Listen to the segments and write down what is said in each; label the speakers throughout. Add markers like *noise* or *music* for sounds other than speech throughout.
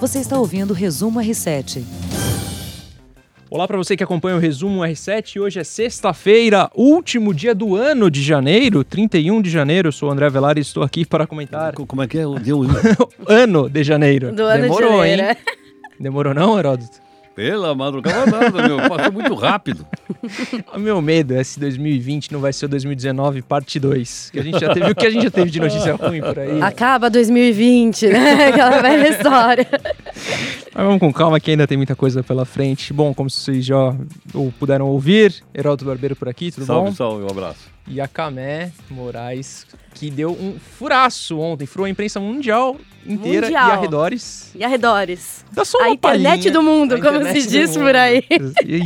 Speaker 1: Você está ouvindo o Resumo R7.
Speaker 2: Olá para você que acompanha o Resumo R7. Hoje é sexta-feira, último dia do ano de janeiro, 31 de janeiro. Eu sou o André Velar e estou aqui para
Speaker 3: *laughs*
Speaker 2: comentar *laughs*
Speaker 4: Co- Como é que é o deu?
Speaker 2: ano de janeiro.
Speaker 3: Do ano
Speaker 2: Demorou,
Speaker 3: de janeiro.
Speaker 2: hein? Demorou não, Heródoto?
Speaker 4: *laughs* Pela madrugada nada, meu. Passou muito rápido.
Speaker 2: O meu medo é se 2020 não vai ser o 2019 parte 2. Que a gente já teve o que a gente já teve de
Speaker 3: *laughs*
Speaker 2: notícia ruim por aí. Mas
Speaker 3: Acaba 2020,
Speaker 2: *laughs*
Speaker 3: né? Aquela velha história.
Speaker 2: vamos com calma que ainda tem muita coisa pela frente. Bom, como vocês já ou puderam ouvir, Heródoto Barbeiro por aqui, tudo
Speaker 4: salve,
Speaker 2: bom?
Speaker 4: salve, um abraço.
Speaker 2: E a Camé Moraes, que deu um furaço ontem, furou a imprensa mundial inteira
Speaker 3: Mundial.
Speaker 2: e arredores.
Speaker 3: E arredores.
Speaker 2: Dá só
Speaker 3: A
Speaker 2: uma
Speaker 3: internet
Speaker 2: palhinha.
Speaker 3: do mundo,
Speaker 2: A
Speaker 3: como
Speaker 2: internet
Speaker 3: se
Speaker 2: do
Speaker 3: diz
Speaker 2: mundo.
Speaker 3: por aí.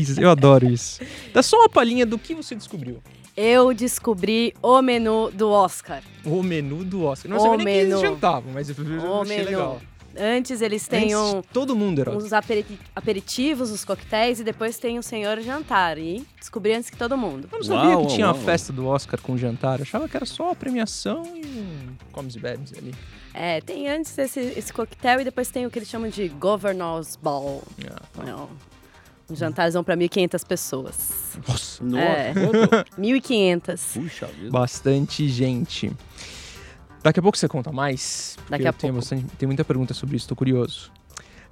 Speaker 2: Isso, Eu adoro isso. Dá só uma palhinha do que você descobriu.
Speaker 3: Eu descobri o menu do Oscar.
Speaker 2: O menu do Oscar. Não
Speaker 3: O
Speaker 2: sabia nem que eles
Speaker 3: menu.
Speaker 2: jantavam, mas eu eu
Speaker 3: O
Speaker 2: achei
Speaker 3: menu.
Speaker 2: legal.
Speaker 3: Antes eles têm
Speaker 2: Antes,
Speaker 3: um-
Speaker 2: Todo mundo era.
Speaker 3: uns aperi- aperitivos, os coquetéis, e depois tem o senhor jantar. E descobri antes que todo mundo.
Speaker 2: Eu não sabia
Speaker 4: Uau,
Speaker 2: que
Speaker 4: uau,
Speaker 2: tinha
Speaker 4: uau.
Speaker 2: uma festa do Oscar com jantar. Eu achava que era só a premiação e um comes e bebes ali.
Speaker 3: É, tem antes esse, esse coquetel e depois tem o que eles chamam de Governor's Ball.
Speaker 2: Ah.
Speaker 3: É um- Um jantarzão pra 1.500 pessoas.
Speaker 2: Nossa, Uhum.
Speaker 4: Nossa,
Speaker 3: É.
Speaker 4: quanto?
Speaker 3: 1.500.
Speaker 4: Puxa vida.
Speaker 2: bastante gente. Daqui a pouco você conta mais. porque
Speaker 3: Daqui
Speaker 2: eu
Speaker 3: a
Speaker 2: tenho
Speaker 3: pouco.
Speaker 2: bastante- tem muita pergunta sobre isso, tô curioso.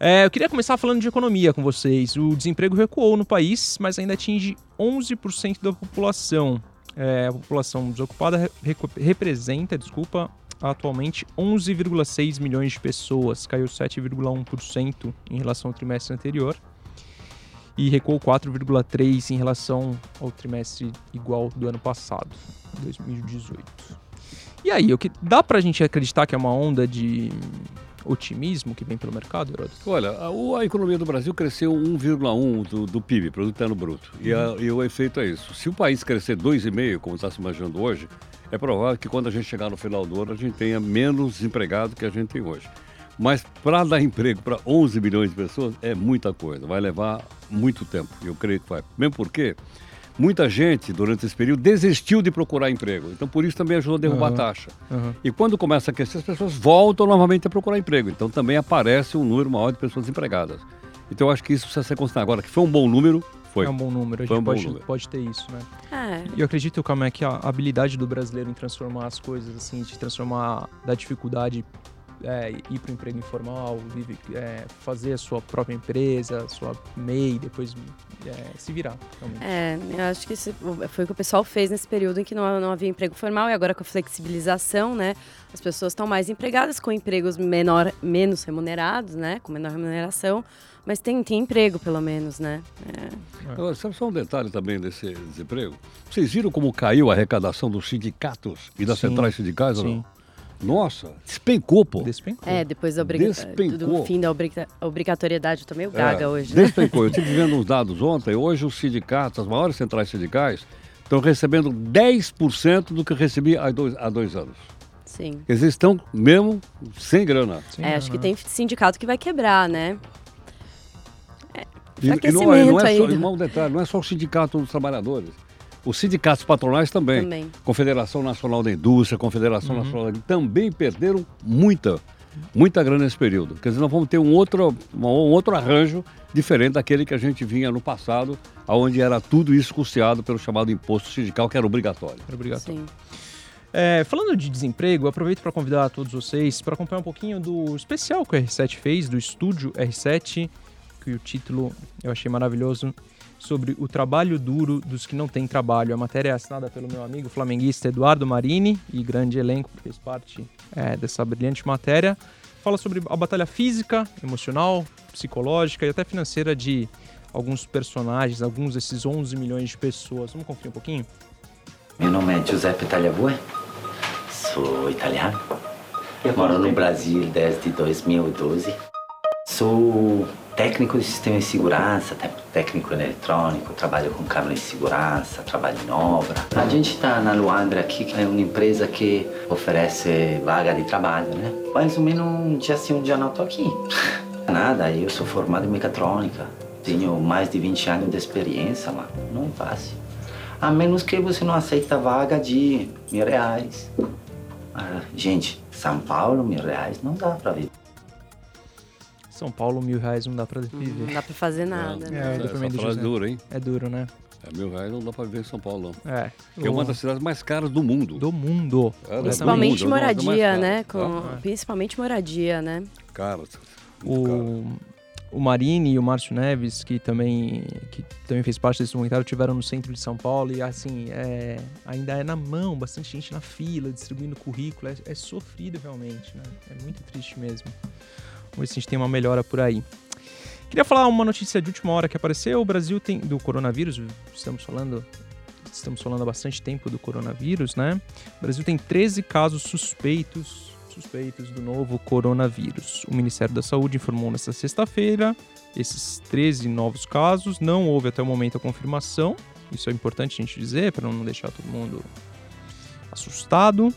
Speaker 2: É, eu queria começar falando de economia com vocês. O desemprego recuou no país, mas ainda atinge 11% da população. É, a população desocupada re- recu- representa, desculpa, atualmente 11,6 milhões de pessoas, caiu 7,1% em relação ao trimestre anterior e recuou 4,3 em relação ao trimestre igual do ano passado, 2018. E aí, o que dá pra gente acreditar que é uma onda de otimismo que vem pelo mercado, Heródoto?
Speaker 4: Olha, a, o- a economia do Brasil cresceu 1,1 do, do PIB, Produto Interno Bruto. E, a- e o efeito é isso. Se o país crescer 2,5, como está se imaginando hoje, é provável que quando a gente chegar no final do ano, a gente tenha menos empregado que a gente tem hoje. Mas para dar emprego para 11 milhões de pessoas é muita coisa, vai levar muito tempo, eu creio que vai. Mesmo porque muita gente, durante esse período, desistiu de procurar emprego. Então, por isso também ajudou a derrubar
Speaker 2: Aham.
Speaker 4: a taxa.
Speaker 2: Aham.
Speaker 4: E quando começa a aquecer, as pessoas voltam novamente a procurar emprego. Então também aparece um número maior de pessoas empregadas. Então eu acho que isso precisa ser considerado. Agora, que foi um bom número, foi.
Speaker 2: É um bom número, a
Speaker 4: Foi
Speaker 2: gente
Speaker 4: um bom
Speaker 2: pode,
Speaker 4: número.
Speaker 2: pode ter isso, né?
Speaker 3: É,
Speaker 2: E eu acredito, Calma, que a habilidade do brasileiro em transformar as coisas, assim, de transformar da dificuldade é, ir para o emprego informal, vive- é, fazer a sua própria empresa, sua MEI, depois é, se virar, realmente.
Speaker 3: É, eu acho que isso foi o que o pessoal fez nesse período em que não, não havia emprego formal e agora com a flexibilização, né? As pessoas estão mais empregadas com empregos menor, menos remunerados, né? Com menor remuneração, mas tem, tem emprego pelo menos, né?
Speaker 4: Agora, sabe só um detalhe também desse desemprego? Vocês viram como caiu a arrecadação dos sindicatos e das
Speaker 2: Sim,
Speaker 4: centrais sindicais? ou
Speaker 2: sim.
Speaker 4: não? Nossa, despencou, pô.
Speaker 2: Despencou.
Speaker 3: É, depois da obriga-
Speaker 4: Despencou.
Speaker 3: do fim da obriga- obrigatoriedade, eu tô meio gaga
Speaker 4: É,
Speaker 3: hoje. né?
Speaker 4: Despencou. Eu estive vendo uns dados ontem. Hoje os sindicatos, as maiores centrais sindicais, estão recebendo 10% do que recebi há dois, há dois anos.
Speaker 3: Sim.
Speaker 4: Eles estão mesmo sem grana.
Speaker 2: Sim,
Speaker 3: É, acho que
Speaker 2: né?
Speaker 3: tem sindicato que vai quebrar, né?
Speaker 4: E, e não, é-
Speaker 3: Aquecimento
Speaker 4: não é só,
Speaker 3: ainda.
Speaker 4: irmão, um detalhe, não é só o sindicato dos trabalhadores. Os sindicatos patronais também.
Speaker 3: Também.
Speaker 4: Confederação Nacional da Indústria, Confederação
Speaker 2: Uhum.
Speaker 4: Nacional da Agricultura, também perderam muita, muita grana nesse período. Quer dizer, nós vamos ter um outro, um outro arranjo diferente daquele que a gente vinha no passado, onde era tudo isso custeado pelo chamado imposto sindical, que era obrigatório.
Speaker 2: Era obrigatório.
Speaker 3: Sim.
Speaker 2: É, falando de desemprego, aproveito para convidar todos vocês para acompanhar um pouquinho do especial que o R7 fez, do estúdio R7, que o título eu achei maravilhoso, sobre o trabalho duro dos que não têm trabalho. A matéria é assinada pelo meu amigo flamenguista Eduardo Marini e grande elenco que fez parte é, dessa brilhante matéria. Fala sobre a batalha física, emocional, psicológica e até financeira de alguns personagens, alguns desses 11 milhões de pessoas. Vamos conferir um pouquinho?
Speaker 5: Meu nome é Giuseppe Tagliabue, sou italiano, moro no Brasil desde 2012. Sou técnico de sistema de segurança, te- técnico eletrônico, trabalho com câmera de segurança, trabalho em obra. A gente está na Luandra aqui, que é uma empresa que oferece vaga de trabalho, né? Mais ou menos um dia sim, um dia não estou aqui. *laughs* Nada, eu sou formado em mecatrônica, tenho mais de 20 anos de experiência, mas não é fácil. A menos que você não aceita vaga de mil reais. Ah, gente, São Paulo, mil reais, não dá pra viver.
Speaker 2: São Paulo, mil reais não dá pra
Speaker 3: Não
Speaker 2: viver.
Speaker 3: dá pra fazer nada, né?
Speaker 2: É, o
Speaker 4: Essa
Speaker 2: depoimento do
Speaker 4: frase
Speaker 2: José.
Speaker 4: dura, hein?
Speaker 2: É duro, né?
Speaker 4: É mil reais não dá pra viver em São Paulo, não.
Speaker 2: É.
Speaker 4: Que é uma
Speaker 2: O-
Speaker 4: das cidades mais caras do mundo.
Speaker 2: Do mundo.
Speaker 4: É, do mundo,
Speaker 3: Principalmente
Speaker 4: é uma das mais
Speaker 3: moradia,
Speaker 4: caras.
Speaker 3: né? Com-
Speaker 4: Ah,
Speaker 3: Principalmente moradia, né?
Speaker 4: Caras. muito caras.
Speaker 2: O, o Marini e o Márcio Neves, que também, que também fez parte desse documentário, tiveram no centro de São Paulo e assim, é, ainda é na mão, bastante gente na fila, distribuindo currículo. É, é sofrido realmente, né? É muito triste mesmo. Vamos ver se a gente tem uma melhora por aí. Queria falar uma notícia de última hora que apareceu. O Brasil tem. do coronavírus, estamos falando. Estamos falando há bastante tempo do coronavírus, né? O Brasil tem 13 casos suspeitos suspeitos do novo coronavírus. O Ministério da Saúde informou nesta sexta-feira esses 13 novos casos. Não houve até o momento a confirmação. Isso é importante a gente dizer para não deixar todo mundo assustado.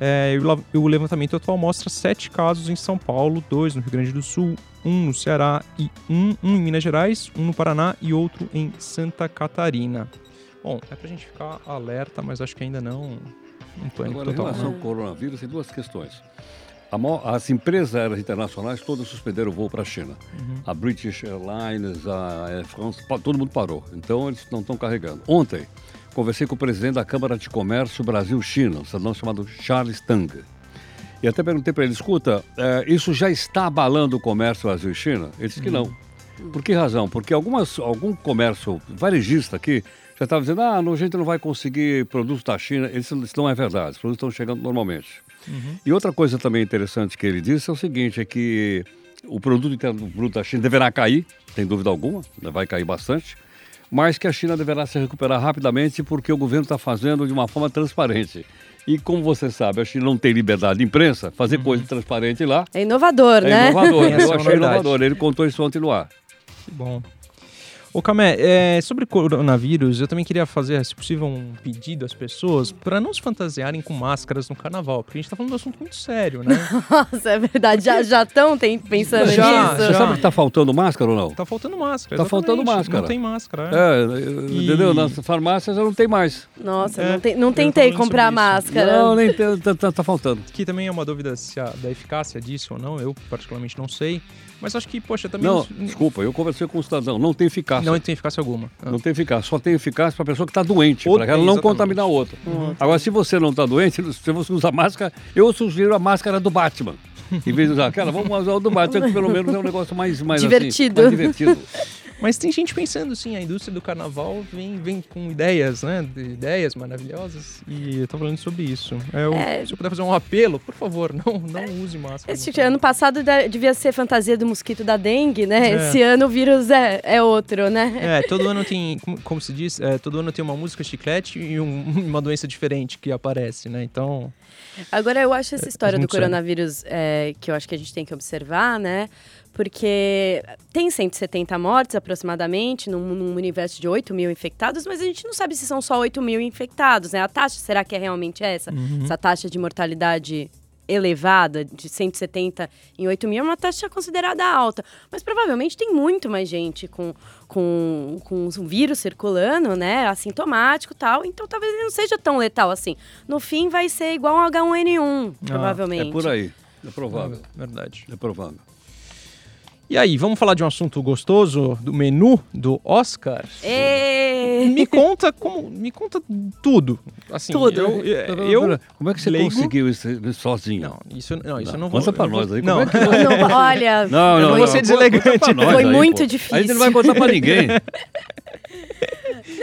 Speaker 2: É, e o la- e o levantamento atual mostra sete casos em São Paulo, dois no Rio Grande do Sul, um no Ceará e um, um em Minas Gerais, um no Paraná e outro em Santa Catarina. Bom, é pra gente ficar alerta, mas acho que ainda não um pânico
Speaker 4: Agora, em
Speaker 2: total. né?
Speaker 4: relação ao coronavírus, tem duas questões. A maior- as empresas aéreas internacionais todas suspenderam o voo para a China.
Speaker 2: Uhum.
Speaker 4: A British Airlines, a Air France, pa- todo mundo parou. Então, eles não estão carregando. Ontem, conversei com o presidente da Câmara de Comércio Brasil-China, um cidadão chamado Charles Tang. E até perguntei para ele, escuta, eh, isso já está abalando o comércio Brasil e China? Ele disse que não. Por que razão? Porque algumas, algum comércio varejista aqui já estava dizendo, ah, não, a gente não vai conseguir produtos da China. Ele disse, isso não é verdade, os produtos estão chegando normalmente. E outra coisa também interessante que ele disse é o seguinte, é que o produto interno bruto da China deverá cair, sem dúvida alguma, né, vai cair bastante, mas que a China deverá se recuperar rapidamente porque o governo está fazendo de uma forma transparente. E como você sabe, a China não tem liberdade de imprensa, fazer coisa transparente lá
Speaker 3: É inovador, né?
Speaker 4: é inovador.
Speaker 2: Uhum. Essa é
Speaker 4: Eu
Speaker 2: uma
Speaker 4: achei
Speaker 2: novidade.
Speaker 4: inovador. Ele contou isso ontem no ar.
Speaker 2: Que bom. Ô, Camé, é, sobre coronavírus, eu também queria fazer, se possível, um pedido às pessoas para não se fantasiarem com máscaras no carnaval, porque a gente tá falando de um assunto muito sério,
Speaker 4: *laughs*
Speaker 2: né?
Speaker 3: Nossa, é verdade. Já já estão pensando
Speaker 2: Já,
Speaker 3: nisso?
Speaker 4: Você
Speaker 2: já.
Speaker 4: sabe que tá faltando máscara ou não?
Speaker 2: Tá faltando máscara.
Speaker 4: Tá
Speaker 2: exatamente.
Speaker 4: faltando máscara.
Speaker 2: Não tem máscara.
Speaker 4: É,
Speaker 2: E-
Speaker 4: entendeu? Nas farmácias já não tem mais.
Speaker 3: Nossa,
Speaker 2: É,
Speaker 3: não, tem- não
Speaker 2: eu tô
Speaker 3: tentei
Speaker 2: falando sobre
Speaker 3: comprar
Speaker 2: isso.
Speaker 3: máscara.
Speaker 4: Não, nem tem, tá, tá- tá faltando.
Speaker 2: Que também é uma dúvida se a- da eficácia disso ou não, eu particularmente não sei. Mas acho que, poxa, também
Speaker 4: Não,
Speaker 2: não,
Speaker 4: desculpa, eu conversei com um cidadão. Não tem eficácia.
Speaker 2: não
Speaker 4: Não,
Speaker 2: tem eficácia alguma. Ah,
Speaker 4: tem eficácia. Só tem eficácia para a pessoa que está doente,
Speaker 2: Ou-
Speaker 4: para ela não
Speaker 2: exatamente.
Speaker 4: contaminar o outro. Agora, se você não está doente, se você usa máscara, eu sugiro a máscara do Batman. Em vez de usar aquela, vamos usar o do Batman, que pelo menos é um negócio mais, mais assim,
Speaker 3: Divertido.
Speaker 4: mais
Speaker 3: *laughs*
Speaker 4: divertido.
Speaker 2: Mas tem gente pensando, sim, a indústria do carnaval vem, vem com ideias, né? de- ideias maravilhosas. E eu tô falando sobre isso. É, eu-
Speaker 3: É.
Speaker 2: Se eu puder fazer um apelo, por favor, *laughs* não, não use máscara.
Speaker 3: Esse tipo ano passado da- devia ser fantasia do mosquito da dengue, né?
Speaker 2: É.
Speaker 3: Esse ano o vírus é, é outro, né?
Speaker 2: É, todo ano tem, como, como se diz, é, todo ano tem uma música chiclete e um- *laughs* uma doença diferente que aparece, né? Então,
Speaker 3: Agora, eu acho essa história do
Speaker 2: É, muito sério.
Speaker 3: coronavírus é, que eu acho que a gente tem que observar, né? Porque tem 170 mortes aproximadamente num, num universo de 8 mil infectados, mas a gente não sabe se são só 8 mil infectados, né? A taxa, será que é realmente essa? Essa taxa de mortalidade elevada, de 170 em 8 mil, é uma taxa considerada alta. Mas provavelmente tem muito mais gente com, com, com um vírus circulando, né? Assintomático e tal. Então talvez ele não seja tão letal assim. No fim, vai ser igual um H1N1, provavelmente.
Speaker 4: É por aí. É provável.
Speaker 2: verdade.
Speaker 4: É provável.
Speaker 2: E aí, vamos falar de um assunto gostoso do menu do Oscar?
Speaker 3: Ê! *laughs*
Speaker 2: Me conta como, me conta tudo. Assim,
Speaker 3: Tudo.
Speaker 2: Eu,
Speaker 4: *laughs*
Speaker 2: eu,
Speaker 4: Eu, como é que você
Speaker 2: leigo-
Speaker 4: conseguiu isso sozinho?
Speaker 2: não, isso não, isso
Speaker 4: Não,
Speaker 2: eu não vou.
Speaker 4: conta pra
Speaker 2: eu vou-
Speaker 4: nós aí, como
Speaker 2: Não. *laughs*
Speaker 4: é que
Speaker 3: Não, olha,
Speaker 2: eu não vou ser
Speaker 4: Conta- conta pra
Speaker 2: deselegante.
Speaker 4: nós
Speaker 3: Foi muito
Speaker 4: pô.
Speaker 3: difícil.
Speaker 4: A gente não vai contar pra
Speaker 3: *laughs*
Speaker 4: ninguém.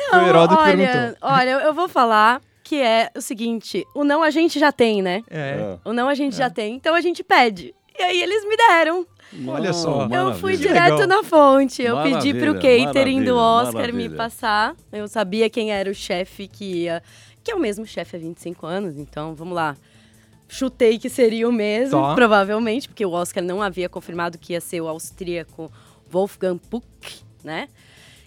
Speaker 2: Foi *laughs* o Heródoto que
Speaker 3: olha,
Speaker 2: perguntou.
Speaker 3: olha, eu vou falar que é o seguinte: o não a gente já tem, né?
Speaker 2: É.
Speaker 3: O não a gente já tem, então a gente pede. E aí eles me deram.
Speaker 2: Olha só.
Speaker 4: Oh,
Speaker 3: Eu fui
Speaker 4: maravilha.
Speaker 3: direto
Speaker 2: legal.
Speaker 3: na fonte. Eu pedi
Speaker 4: Maravilha,
Speaker 3: pro catering
Speaker 4: maravilha,
Speaker 3: do Oscar
Speaker 4: maravilha.
Speaker 3: me passar. Eu sabia quem era o chefe que ia. Que é o mesmo chefe há 25 anos, então vamos lá. Chutei que seria o mesmo,
Speaker 2: Tá.
Speaker 3: provavelmente, porque o Oscar não havia confirmado que ia ser o austríaco Wolfgang Puck, né?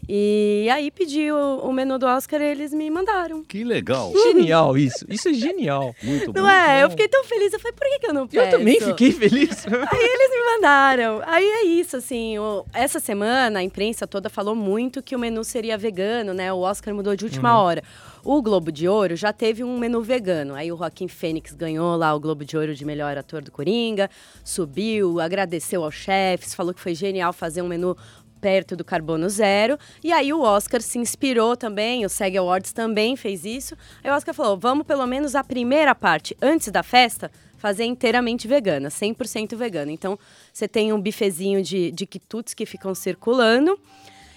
Speaker 3: E aí pedi o, o menu do Oscar e eles me mandaram.
Speaker 4: Que legal.
Speaker 2: Genial isso. Isso é genial.
Speaker 4: Muito bom.
Speaker 3: Não é? Eu
Speaker 2: bom.
Speaker 3: fiquei tão feliz. Eu falei, por que, que eu não
Speaker 2: Eu
Speaker 3: peço?
Speaker 2: também fiquei
Speaker 3: *laughs*
Speaker 2: feliz.
Speaker 3: Aí eles me mandaram. Aí é isso, assim. o- essa semana a imprensa toda falou muito que o menu seria vegano, né? O Oscar mudou de última hora. O Globo de Ouro já teve um menu vegano. Aí o Joaquim Fênix ganhou lá o Globo de Ouro de melhor ator do Coringa, subiu, agradeceu aos chefes, falou que foi genial fazer um menu perto do carbono zero. E aí o Oscar se inspirou também, o SEG Awards também fez isso. Aí o Oscar falou: vamos pelo menos a primeira parte, antes da festa, fazer inteiramente vegana, 100% vegana. Então você tem um bifezinho de, de quitutes que ficam circulando.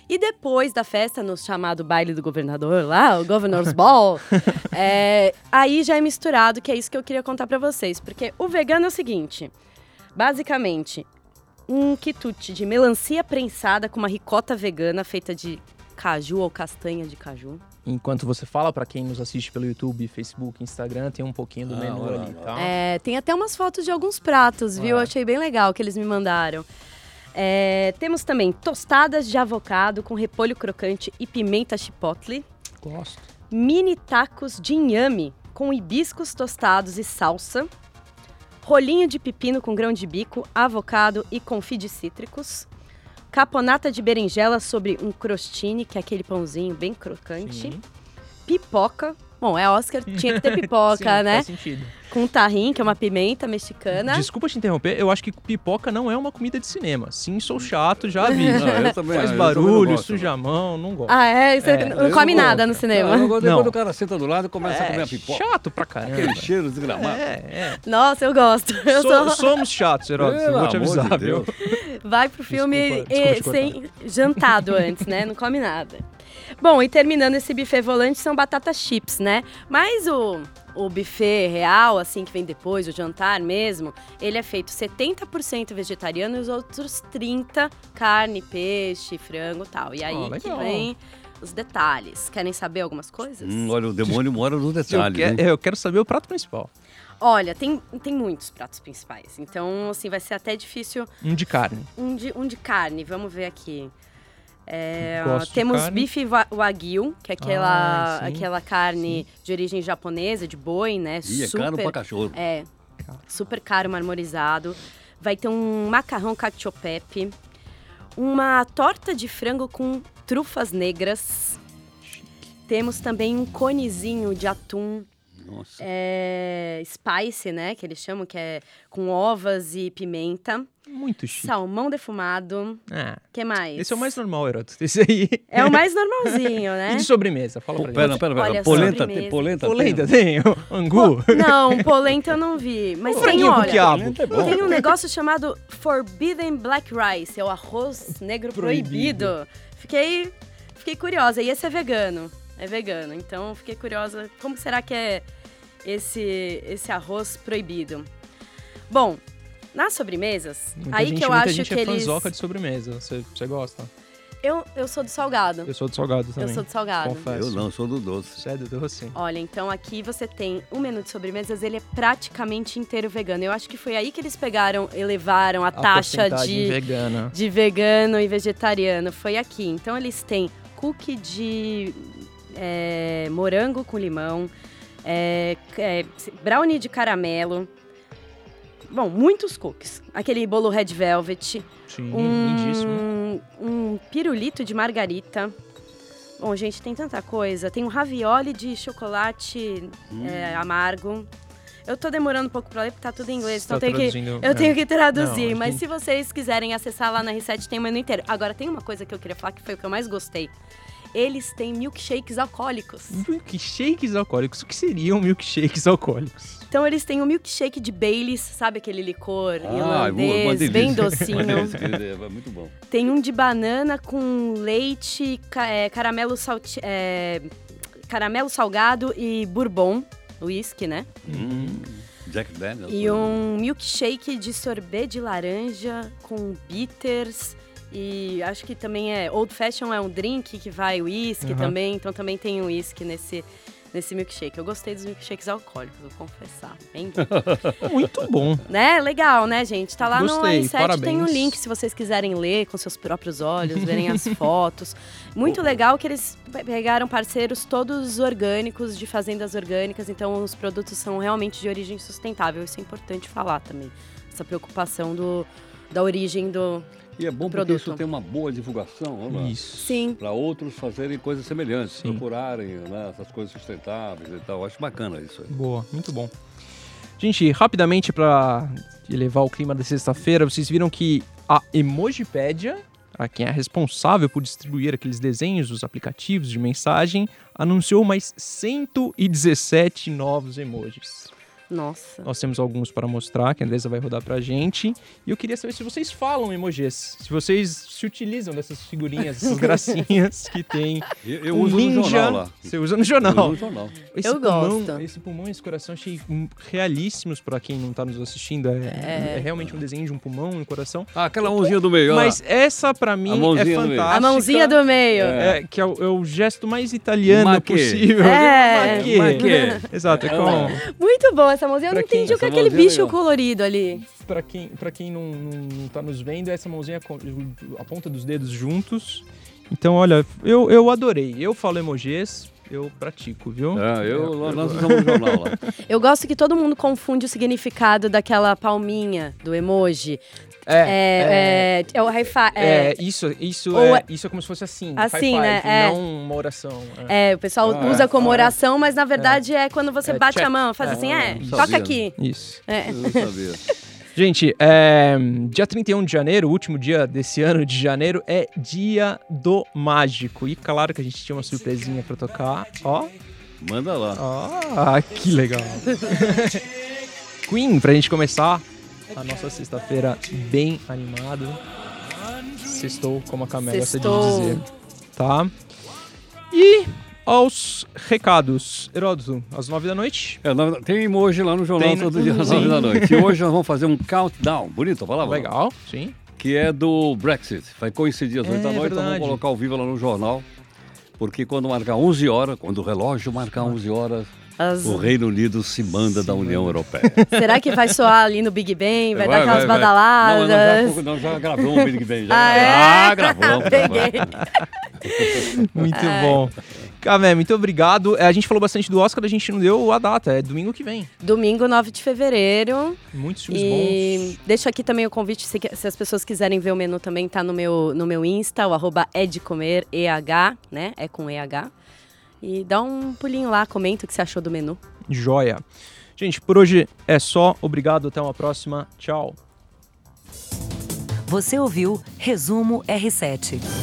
Speaker 3: E depois da festa, no chamado baile do governador lá, o Governor's Ball, é, aí já é misturado, que é isso que eu queria contar pra vocês. Porque o vegano é o seguinte: basicamente, um quitute de melancia prensada com uma ricota vegana feita de caju ou castanha de caju.
Speaker 2: Enquanto você fala, pra quem nos assiste pelo YouTube, Facebook, Instagram, tem um pouquinho do
Speaker 4: Ah,
Speaker 2: menu
Speaker 4: olha
Speaker 2: ali tá? e
Speaker 4: lá.
Speaker 2: tal.
Speaker 3: É, tem até umas fotos de alguns pratos, viu?
Speaker 2: Ah.
Speaker 3: Eu Achei bem legal que eles me mandaram. É, temos também tostadas de avocado com repolho crocante e pimenta chipotle,
Speaker 2: Gosto.
Speaker 3: mini tacos de inhame com hibiscos tostados e salsa, rolinho de pepino com grão de bico, avocado e confit de cítricos, caponata de berinjela sobre um crostini, que é aquele pãozinho bem crocante,
Speaker 2: Sim.
Speaker 3: pipoca. Bom, é Oscar, tinha que ter
Speaker 2: Sim,
Speaker 4: *laughs*
Speaker 3: pipoca, né?
Speaker 2: Faz sentido.
Speaker 3: com tahim, que é uma pimenta mexicana.
Speaker 2: Desculpa te interromper, eu acho que pipoca não é uma comida de cinema. Sim, sou chato, já vi.
Speaker 4: Não,
Speaker 2: *laughs*
Speaker 4: eu também- eu
Speaker 2: Faz
Speaker 4: também
Speaker 2: barulho,
Speaker 4: não gosto,
Speaker 2: suja a mão, não gosto.
Speaker 3: Ah, é? Você
Speaker 2: É,
Speaker 3: não
Speaker 4: eu
Speaker 3: come
Speaker 4: não gosto,
Speaker 3: nada no
Speaker 4: Não,
Speaker 3: cinema.
Speaker 4: eu gosto
Speaker 2: Não.
Speaker 4: Quando o cara senta do lado e começa a comer
Speaker 2: É,
Speaker 4: a pipoca.
Speaker 2: chato pra caramba.
Speaker 4: Aquele cheiro desgramado.
Speaker 2: É, é.
Speaker 3: Nossa, eu gosto. *laughs* Eu
Speaker 2: So-
Speaker 3: sou...
Speaker 2: Somos chatos, Heródoto, eu
Speaker 4: Pelo
Speaker 2: vou te
Speaker 4: amor de
Speaker 2: avisar, viu?
Speaker 4: Deus.
Speaker 3: Vai pro filme
Speaker 2: Desculpa, desculpa
Speaker 3: eh,
Speaker 2: te
Speaker 3: sem jantado antes, né? Não come nada. *laughs* Bom, e terminando esse buffet volante são batata chips, né? Mas o, o buffet real, assim, que vem depois, o jantar mesmo, ele é feito 70% vegetariano e os outros 30% carne, peixe, frango e tal. E aí
Speaker 2: Ah,
Speaker 3: que
Speaker 2: legal.
Speaker 3: vem os detalhes. Querem saber algumas coisas?
Speaker 4: Hum, olha, o demônio mora nos
Speaker 2: Eu,
Speaker 4: detalhes.
Speaker 2: que-
Speaker 4: hein?
Speaker 2: eu quero saber o prato principal.
Speaker 3: Olha, tem, tem muitos pratos principais. Então, assim, vai ser até difícil.
Speaker 2: Um de carne.
Speaker 3: Um de, um de carne, vamos ver aqui. É,
Speaker 2: Gosto de
Speaker 3: temos
Speaker 2: carne.
Speaker 3: bife wa- wagyu, que é aquela,
Speaker 2: Ah, sim,
Speaker 3: aquela carne de origem japonesa, de boi, né?
Speaker 4: Ih, é caro pra cachorro.
Speaker 3: É,
Speaker 2: Caro.
Speaker 3: super caro, marmorizado. Vai ter um macarrão cacio-pepe. Uma torta de frango com trufas negras. Temos também um conezinho de atum
Speaker 4: Nossa.
Speaker 3: é, spice, né? Que eles chamam, que é com ovas e pimenta.
Speaker 2: Muito chique.
Speaker 3: Salmão defumado.
Speaker 2: Ah,
Speaker 3: que mais?
Speaker 2: esse é o mais normal, *laughs* Heródoto. Esse aí.
Speaker 3: É o mais normalzinho,
Speaker 2: *laughs*
Speaker 3: né?
Speaker 2: E de sobremesa, fala
Speaker 4: Pô,
Speaker 2: pra gente.
Speaker 4: pera, pera, pera.
Speaker 3: Olha,
Speaker 4: polenta,
Speaker 3: sobremesa.
Speaker 4: tem, polenta,
Speaker 2: Polenta tem? um Angu?
Speaker 3: Não, polenta eu não vi. Mas
Speaker 2: *laughs* Um
Speaker 3: tem,
Speaker 2: franguinho com
Speaker 3: olha,
Speaker 2: quiabo.
Speaker 4: Polenta é bom.
Speaker 3: tem um negócio chamado Forbidden Black Rice. É o arroz negro proibido. Fiquei, fiquei curiosa. E esse é vegano. É vegano. Então, fiquei curiosa. Como será que é esse, esse arroz proibido? Bom... Nas sobremesas,
Speaker 2: Muita
Speaker 3: aí
Speaker 2: gente,
Speaker 3: que eu
Speaker 2: muita
Speaker 3: acho
Speaker 2: gente
Speaker 3: que
Speaker 2: é
Speaker 3: eles.
Speaker 2: fanzoca de sobremesa. Você, você gosta?
Speaker 3: Eu, eu sou do salgado.
Speaker 2: Eu sou do salgado também.
Speaker 3: Eu sou do salgado.
Speaker 2: Confesso.
Speaker 4: Eu não, sou do doce.
Speaker 2: Você é do doce?
Speaker 3: Olha, então aqui você tem o menu de sobremesas, ele é praticamente inteiro vegano. Eu acho que foi aí que eles pegaram, elevaram a, taxa
Speaker 2: porcentagem
Speaker 3: de,
Speaker 2: vegana.
Speaker 3: de vegano e vegetariano. Foi aqui. Então eles têm cookie de é, morango com limão, é, é, brownie de caramelo. Bom, muitos cookies. Aquele bolo red velvet.
Speaker 2: Sim, Uhum, lindíssimo.
Speaker 3: Um, um pirulito de margarita. Bom, gente, tem tanta coisa. Tem um ravioli de chocolate
Speaker 4: Hum.
Speaker 3: é, amargo. Eu tô demorando um pouco pra ler, porque tá tudo em inglês, então
Speaker 2: Tá
Speaker 3: eu tenho que,
Speaker 2: traduzindo,
Speaker 3: eu
Speaker 2: é.
Speaker 3: tenho que traduzir.
Speaker 2: Não, a
Speaker 3: mas
Speaker 2: gente-
Speaker 3: se vocês quiserem acessar lá na R7, tem o menu inteiro. Agora, tem uma coisa que eu queria falar que foi o que eu mais gostei. Eles têm milkshakes alcoólicos.
Speaker 2: Hum. Milkshakes alcoólicos. O que seriam milkshakes
Speaker 3: *laughs*
Speaker 2: alcoólicos?
Speaker 3: Então, eles têm um milkshake de Baileys, sabe aquele licor
Speaker 4: Ah, uma- uma
Speaker 3: irlandês,
Speaker 4: delícia.
Speaker 3: bem
Speaker 2: *laughs*
Speaker 4: Uma
Speaker 3: docinho.
Speaker 4: delícia, é muito bom.
Speaker 3: Tem um de banana com leite, ca- é, caramelo, salti- é, caramelo salgado e bourbon, whisky, né?
Speaker 4: Hum, Jack Daniels.
Speaker 3: E um milkshake de sorvete de laranja com bitters. E acho que também é. Old Fashion é um drink que vai whisky
Speaker 2: Aham.
Speaker 3: também, então também tem whisky nesse, nesse milkshake. Eu gostei dos milkshakes alcoólicos, vou confessar. Bem
Speaker 2: Muito bom.
Speaker 3: né? Legal, né, gente? Tá lá no
Speaker 2: Gostei,
Speaker 3: i7, tem um
Speaker 2: parabéns.
Speaker 3: link se vocês quiserem ler com seus próprios olhos, verem as fotos. Muito legal que eles pe- pegaram parceiros todos orgânicos, de fazendas orgânicas, então os produtos são realmente de origem sustentável. Isso é importante falar também. Essa preocupação do, da origem do.
Speaker 4: E é bom porque
Speaker 3: Produto.
Speaker 4: isso tem uma boa divulgação, olha lá.
Speaker 2: Isso.
Speaker 3: Sim.
Speaker 4: Para outros fazerem coisas semelhantes,
Speaker 2: Sim.
Speaker 4: procurarem né, essas coisas sustentáveis e tal. Acho bacana isso aí.
Speaker 2: Boa, muito bom. Gente, rapidamente pra elevar o clima da sexta-feira, vocês viram que a Emojipédia, a quem é responsável por distribuir aqueles desenhos, os aplicativos de mensagem, anunciou mais 117 novos emojis.
Speaker 3: Nossa.
Speaker 2: Nós temos alguns para mostrar, que a Andresa vai rodar pra gente. E eu queria saber se vocês falam emojis, se vocês se utilizam dessas figurinhas, dessas gracinhas que tem.
Speaker 4: Eu, eu
Speaker 2: O
Speaker 4: uso
Speaker 2: Um ninja,
Speaker 4: no jornal lá.
Speaker 2: Você usa no
Speaker 4: Eu uso
Speaker 2: jornal.
Speaker 4: no jornal.
Speaker 2: Esse
Speaker 3: Eu
Speaker 2: pulmão,
Speaker 3: gosto.
Speaker 2: Esse pulmão e esse coração achei hum, realíssimos pra quem não tá nos assistindo. É, é realmente um desenho de um pulmão e um coração.
Speaker 4: Ah, aquela mãozinha do meio, olha
Speaker 2: Mas essa pra mim é
Speaker 4: mãozinha no meio.
Speaker 2: fantástica.
Speaker 3: A mãozinha do meio. É.
Speaker 2: É, que é o, é o gesto mais italiano
Speaker 4: Maquê.
Speaker 2: possível.
Speaker 3: É.
Speaker 2: Maquê.
Speaker 4: Maquê.
Speaker 2: Exato, é
Speaker 4: É,
Speaker 2: com...
Speaker 3: Muito boa essa mãozinha. Eu
Speaker 2: Pra
Speaker 3: não
Speaker 2: quem?
Speaker 3: entendi o que é
Speaker 4: Essa
Speaker 3: aquele
Speaker 4: mãozinha é
Speaker 3: bicho
Speaker 4: legal.
Speaker 3: colorido ali.
Speaker 2: pra quem, pra quem não, não, não tá nos vendo, essa mãozinha com a ponta dos dedos juntos. Então, olha, eu, eu adorei. Eu falo emojis, eu pratico, viu?
Speaker 4: É, eu, nós usamos no jornal lá.
Speaker 3: Eu gosto que todo mundo confunde o significado daquela palminha do emoji.
Speaker 2: É,
Speaker 3: É, é, é o hi-fi. É,
Speaker 2: É, isso, isso,
Speaker 3: Ou
Speaker 2: é,
Speaker 3: é-
Speaker 2: isso é como se fosse assim,
Speaker 3: Assim,
Speaker 2: high five,
Speaker 3: né, é.
Speaker 2: não uma oração. é.
Speaker 3: é, o pessoal
Speaker 4: Ah,
Speaker 3: usa como
Speaker 4: ah,
Speaker 3: oração, mas na verdade é, quando você
Speaker 2: É,
Speaker 3: bate
Speaker 2: check.
Speaker 3: a mão, faz
Speaker 2: É.
Speaker 3: assim, é,
Speaker 4: Não
Speaker 3: toca
Speaker 4: sabia.
Speaker 3: aqui.
Speaker 2: Isso.
Speaker 4: *laughs*
Speaker 3: É.
Speaker 4: Eu não sabia.
Speaker 2: Gente, é, dia 31 de janeiro, o último dia desse ano de janeiro, é dia do mágico. E claro que a gente tinha uma surpresinha pra tocar. Ó,
Speaker 4: Manda lá.
Speaker 2: ó, Ah, que legal. *laughs* Queen, pra gente começar
Speaker 3: É
Speaker 2: a nossa sexta-feira bem animado. Sextou, como a Camila gosta de
Speaker 3: Sextou.
Speaker 2: dizer. Tá? E aos recados. Heródoto, às nove da noite,
Speaker 4: É, na verdade, tem uhum, emoji lá no jornal
Speaker 2: Tem, né?
Speaker 4: todo dia às
Speaker 2: Sim.
Speaker 4: 9 da noite. E hoje nós vamos fazer um countdown, bonito a palavra,
Speaker 2: Legal, sim.
Speaker 4: que é do Brexit. Vai coincidir às 8 da
Speaker 2: É
Speaker 4: noite, nós
Speaker 2: verdade.
Speaker 4: vamos colocar ao vivo lá no jornal. Porque quando marcar 11 horas, quando o relógio marcar 11 horas,
Speaker 3: As-
Speaker 4: o Reino Unido se manda da União Europeia.
Speaker 3: *laughs* Será que vai soar ali no Big Bang? Vai, dar aquelas
Speaker 4: vai.
Speaker 3: badaladas?
Speaker 4: Não, mas nós já, nós já gravamos o Big Bang. Já,
Speaker 3: Ah, é?
Speaker 4: ah, gravamos. gravamos.
Speaker 3: *laughs* Peguei.
Speaker 2: Muito
Speaker 3: É.
Speaker 2: bom. Camé, muito obrigado. É, A gente falou bastante do Oscar, a gente não deu a data, é domingo que vem.
Speaker 3: Domingo, 9 de fevereiro.
Speaker 2: Muitos filmes
Speaker 3: E
Speaker 2: bons.
Speaker 3: deixo aqui também o convite, se, que- se as pessoas quiserem ver o menu também, tá no meu, no meu Insta, o arroba é de comer, EH, né? É com EH. E dá um pulinho lá, comenta o que você achou do menu.
Speaker 2: Joia. Gente, por hoje é só. Obrigado, até uma próxima. Tchau.
Speaker 1: Você ouviu Resumo R7.